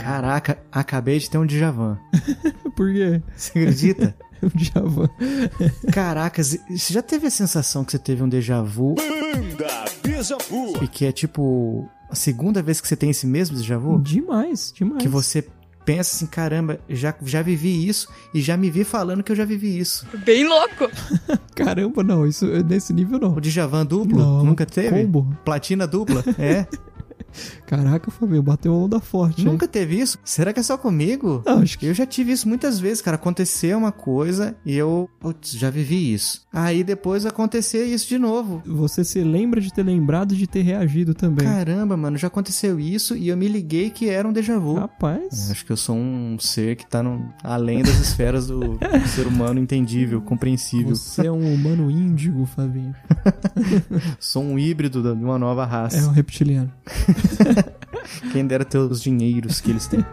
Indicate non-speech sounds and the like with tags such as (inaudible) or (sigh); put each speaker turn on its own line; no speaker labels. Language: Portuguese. Caraca, acabei de ter um Djavan.
(laughs) Por quê?
Você acredita?
O Djavan.
Caraca, z- você já teve a sensação que você teve um déjà vu
Banda Deja Vu.
e que é tipo a segunda vez que você tem esse mesmo déjà vu?
Demais, demais.
Que você pensa assim, caramba, já, já vivi isso e já me vi falando que eu já vivi isso.
Bem louco.
Caramba, não, isso nesse nível não.
O Djavan duplo?
Não,
nunca teve?
Combo.
Platina dupla? É?
Caraca, Fabinho, bateu uma onda forte. hein?
nunca teve isso? Será que é só comigo?
Não, acho que
Eu já tive isso muitas vezes, cara. Aconteceu uma coisa e eu, putz, já vivi isso. Aí depois aconteceu isso de novo.
você se lembra de ter lembrado de ter reagido também.
Caramba, mano, já aconteceu isso e eu me liguei que era um déjà vu.
Rapaz.
Acho que eu sou um ser que tá no- além das esferas do ser humano entendível, compreensível.
Você é um humano índigo, Fabinho.
Sou um híbrido da- de uma nova
É um
raça.
reptiliano.
Quem dera ter os dinheiros que eles têm.